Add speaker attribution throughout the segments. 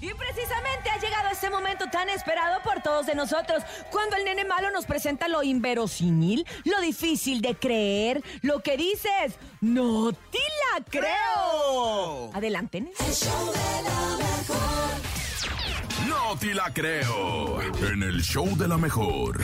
Speaker 1: Y precisamente ha llegado este momento tan esperado por todos de nosotros, cuando el nene malo nos presenta lo inverosímil, lo difícil de creer, lo que dices, no te la creo. Adelante, nene.
Speaker 2: No te la creo. En el show de la mejor.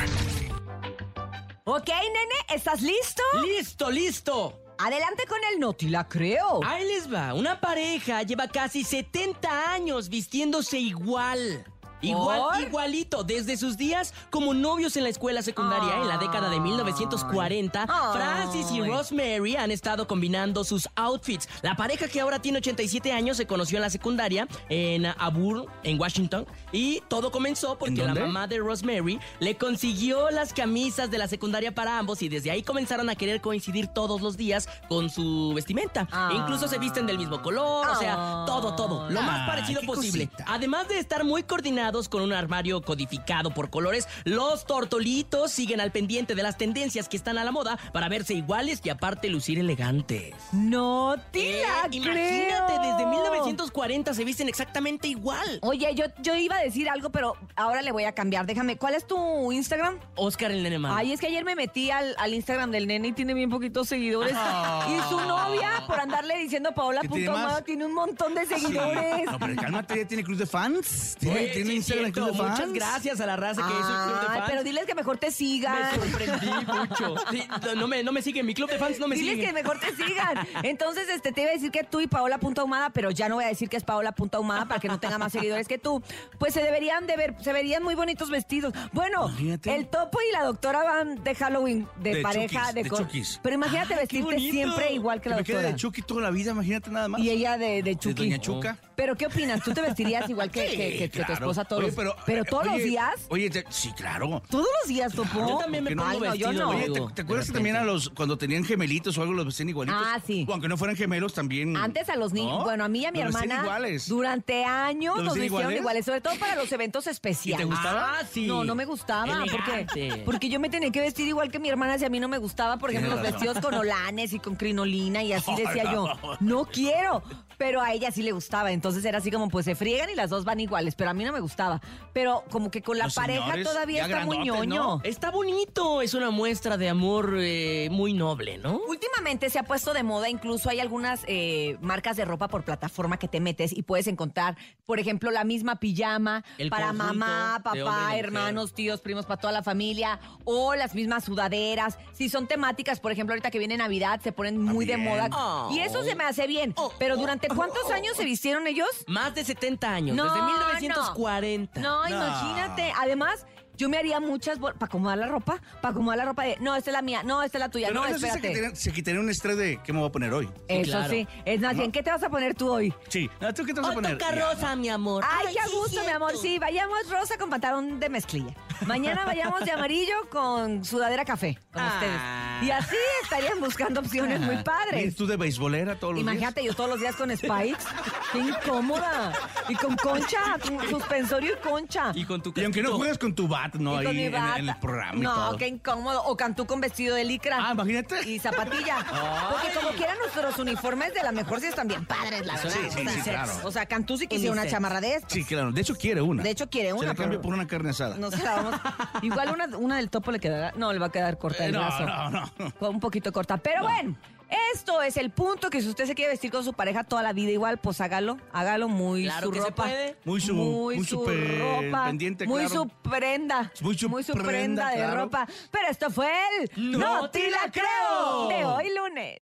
Speaker 1: Ok, nene, ¿estás listo?
Speaker 3: Listo, listo.
Speaker 1: Adelante con el no te la creo.
Speaker 3: Ahí les va. Una pareja lleva casi 70 años vistiéndose igual. Igual,
Speaker 1: ¿Por?
Speaker 3: igualito, desde sus días como novios en la escuela secundaria en la década de 1940,
Speaker 1: Ay.
Speaker 3: Francis y Rosemary han estado combinando sus outfits. La pareja que ahora tiene 87 años se conoció en la secundaria en Abur, en Washington, y todo comenzó porque la mamá de Rosemary le consiguió las camisas de la secundaria para ambos y desde ahí comenzaron a querer coincidir todos los días con su vestimenta.
Speaker 1: Ay.
Speaker 3: Incluso se visten del mismo color, o sea,
Speaker 1: Ay.
Speaker 3: todo, todo, lo más
Speaker 4: Ah,
Speaker 3: parecido
Speaker 4: qué
Speaker 3: posible.
Speaker 4: cosita.
Speaker 3: Además de estar muy coordinados con un armario codificado por colores, los tortolitos siguen al pendiente de las tendencias que están a la moda para verse iguales y aparte lucir elegantes.
Speaker 1: No te
Speaker 3: Eh,
Speaker 1: la
Speaker 3: Imagínate,
Speaker 1: creo.
Speaker 3: desde 1940 se visten exactamente igual.
Speaker 1: Oye, yo, yo iba a decir algo, pero ahora le voy a cambiar. Déjame, ¿cuál es tu Instagram?
Speaker 3: Oscar el nene malo.
Speaker 1: Ay, es que ayer me metí al, al Instagram del nene y tiene bien poquitos seguidores.
Speaker 4: Ah.
Speaker 1: Y su novia, por andarle diciendo Paola
Speaker 4: ¿Qué tiene
Speaker 1: punto amado,
Speaker 4: más?
Speaker 1: tiene un montón de
Speaker 4: Sí.
Speaker 1: seguidores.
Speaker 4: No, pero cálmate, ya tiene club de fans. Tiene,
Speaker 3: Oye,
Speaker 4: tiene
Speaker 3: sí,
Speaker 4: Instagram
Speaker 3: cierto,
Speaker 4: club de fans.
Speaker 3: Muchas gracias a la raza que hizo el club de
Speaker 1: Ay,
Speaker 3: fans.
Speaker 1: pero diles que mejor te sigan.
Speaker 3: Me sorprendí mucho. Sí, no- no, me, no me sigue, mi club de fans no me
Speaker 1: Diles
Speaker 3: sigue.
Speaker 1: que mejor te sigan. Entonces, este, te iba a decir que tú y Paola Punta Ahumada, pero ya no voy a decir que es Paola Punta Ahumada para que no tenga más seguidores que tú. Pues se deberían de ver, se verían muy bonitos vestidos. Bueno,
Speaker 4: Imagínate.
Speaker 1: el topo y la doctora van de Halloween de,
Speaker 4: De
Speaker 1: pareja
Speaker 4: Chukis,
Speaker 1: de,
Speaker 4: de
Speaker 1: co-
Speaker 4: Chukis.
Speaker 1: Pero imagínate vestirte
Speaker 3: bonito!
Speaker 1: siempre igual que
Speaker 4: Que
Speaker 1: la
Speaker 4: me quede
Speaker 1: doctora.
Speaker 4: de Chucky toda la vida, imagínate nada más.
Speaker 1: y ella de, de
Speaker 4: De
Speaker 1: Chucky. Oh.
Speaker 4: Doña Chuca.
Speaker 1: Pero ¿qué opinas? ¿Tú te vestirías igual que,
Speaker 4: Sí,
Speaker 1: que- que- que tu
Speaker 4: claro.
Speaker 1: esposa todos
Speaker 4: Oye, eh,
Speaker 1: los- pero, todos los
Speaker 4: oye,
Speaker 1: días?
Speaker 4: Oye, te- sí, claro.
Speaker 1: ¿Todos los días, Topo?
Speaker 3: Yo también me
Speaker 1: Ay,
Speaker 3: pongo
Speaker 1: no, yo
Speaker 3: vestido.
Speaker 1: no.
Speaker 4: Oye, ¿te,
Speaker 3: Luego,
Speaker 4: te acuerdas
Speaker 3: de
Speaker 4: que también a
Speaker 3: repente.
Speaker 4: los, cuando tenían gemelitos o algo, los vestían igualitos?
Speaker 1: Ah, sí.
Speaker 4: O aunque no fueran gemelos, también.
Speaker 1: Antes a los niños,
Speaker 4: ¿no?
Speaker 1: bueno, a mí y a mi
Speaker 4: Los vestían
Speaker 1: hermana
Speaker 4: iguales.
Speaker 1: durante años
Speaker 4: ¿Los
Speaker 1: nos
Speaker 4: vestían
Speaker 1: vistieron
Speaker 4: iguales?
Speaker 1: iguales, sobre todo para los eventos especiales.
Speaker 4: gustaba?
Speaker 3: Ah, sí.
Speaker 1: No, no me gustaba, porque,
Speaker 3: Elegante.
Speaker 1: porque yo me tenía que vestir igual que mi hermana, si a mí no me gustaba, por ejemplo, los
Speaker 4: Tienes razón.
Speaker 1: vestidos con olanes y con crinolina y así decía yo, no quiero, pero a ella sí le gustaba, entonces era así como, pues se friegan y las dos van iguales, pero a mí no me gustaba, pero como que con la
Speaker 4: Los
Speaker 1: pareja
Speaker 4: señores
Speaker 1: todavía
Speaker 4: ya
Speaker 1: está muy
Speaker 4: grandotes, ¿no?
Speaker 1: ñoño.
Speaker 3: Está bonito, es una muestra de amor eh, muy noble, ¿no?
Speaker 1: Últimamente se ha puesto de moda, incluso hay algunas eh, marcas de ropa por plataforma que te metes y puedes encontrar, por ejemplo, la misma pijama
Speaker 3: El
Speaker 1: para
Speaker 3: conjunto
Speaker 1: mamá,
Speaker 3: de
Speaker 1: papá,
Speaker 3: hombre y mujer.
Speaker 1: hermanos, tíos, primos, para toda la familia, o las mismas sudaderas. Si son temáticas, por ejemplo, ahorita que viene Navidad, se ponen muy de
Speaker 4: bien.
Speaker 1: moda.
Speaker 3: Oh.
Speaker 1: Y eso se me hace bien.
Speaker 3: Oh,
Speaker 1: Pero
Speaker 3: oh,
Speaker 1: ¿durante
Speaker 3: oh,
Speaker 1: cuántos
Speaker 3: oh,
Speaker 1: años se vistieron ellos?
Speaker 3: Más de 70 años,
Speaker 1: No,
Speaker 3: desde
Speaker 1: no.
Speaker 3: 1940.
Speaker 1: No,
Speaker 4: No.
Speaker 1: imagínate. Además, yo me haría muchas para acomodar la ropa, para acomodar la ropa de, no, esta es la mía, no, esta es la tuya,
Speaker 4: Pero
Speaker 1: no,
Speaker 4: eso sí se
Speaker 1: espérate. Eh,
Speaker 4: quitaría- se quitaría un estrés de qué me voy a poner hoy.
Speaker 3: Sí,
Speaker 1: Eso
Speaker 3: claro.
Speaker 1: sí. Es más bien, ¿qué te vas a poner tú hoy?
Speaker 4: Sí. No, ¿Tú qué te vas a
Speaker 3: Hoy
Speaker 4: poner?
Speaker 3: toca
Speaker 4: Ya,
Speaker 3: rosa, mi amor.
Speaker 1: Ay, qué a
Speaker 3: sí,
Speaker 1: gusto, mi
Speaker 3: cierto.
Speaker 1: amor. Sí, vayamos rosa con pantalón de mezclilla. Mañana vayamos de amarillo con sudadera café, con
Speaker 3: Ah.
Speaker 1: ustedes. Y así estarían buscando opciones muy
Speaker 4: Mira,
Speaker 1: padres.
Speaker 4: tú de beisbolera todos los
Speaker 1: Imagínate yo todos los días con spikes. Qué incómoda. Y con concha, con suspensorio y concha.
Speaker 3: Y con tu
Speaker 4: días. Y aunque no
Speaker 3: casquito.
Speaker 4: juegas con tu bat, no,
Speaker 1: Y
Speaker 4: ahí
Speaker 1: con
Speaker 4: en,
Speaker 1: mi bata.
Speaker 4: en el programa. y
Speaker 1: No,
Speaker 4: todo.
Speaker 1: qué incómodo. O Cantú con vestido de licra.
Speaker 4: Ah, imagínate.
Speaker 1: Y zapatilla. Porque como quieran nuestros uniformes de la mejor sí están bien padres, la
Speaker 4: Sí,
Speaker 1: verdad.
Speaker 4: sí,
Speaker 1: O sea,
Speaker 4: sí, claro.
Speaker 1: O sea, Cantú sí quisiera una
Speaker 3: Unisex.
Speaker 1: chamarra de estas.
Speaker 4: Sí, claro. De hecho, quiere una.
Speaker 1: De hecho, quiere
Speaker 4: Se
Speaker 1: una,
Speaker 4: la cambia
Speaker 1: pero-
Speaker 4: por una carne asada.
Speaker 1: No sé, la vamos. Igual una, una del topo le quedará. No, le va a quedar corta
Speaker 4: Eh,
Speaker 1: el
Speaker 4: no,
Speaker 1: brazo.
Speaker 4: no, no.
Speaker 1: Un poquito corta. Pero bueno, esto es el punto que si usted se quiere vestir con su pareja toda la vida igual, pues hágalo. Hágalo muy
Speaker 3: Claro
Speaker 1: su
Speaker 3: que se
Speaker 1: ropa.
Speaker 3: puede.
Speaker 4: Muy su- muy su pe-
Speaker 1: ropa.
Speaker 4: pendiente,
Speaker 1: muy
Speaker 4: claro.
Speaker 1: su prenda.
Speaker 4: Muy su
Speaker 1: prenda,
Speaker 4: prenda,
Speaker 1: de
Speaker 4: claro.
Speaker 1: ropa. Pero esto fue el
Speaker 3: No te la creo.
Speaker 1: de hoy lunes.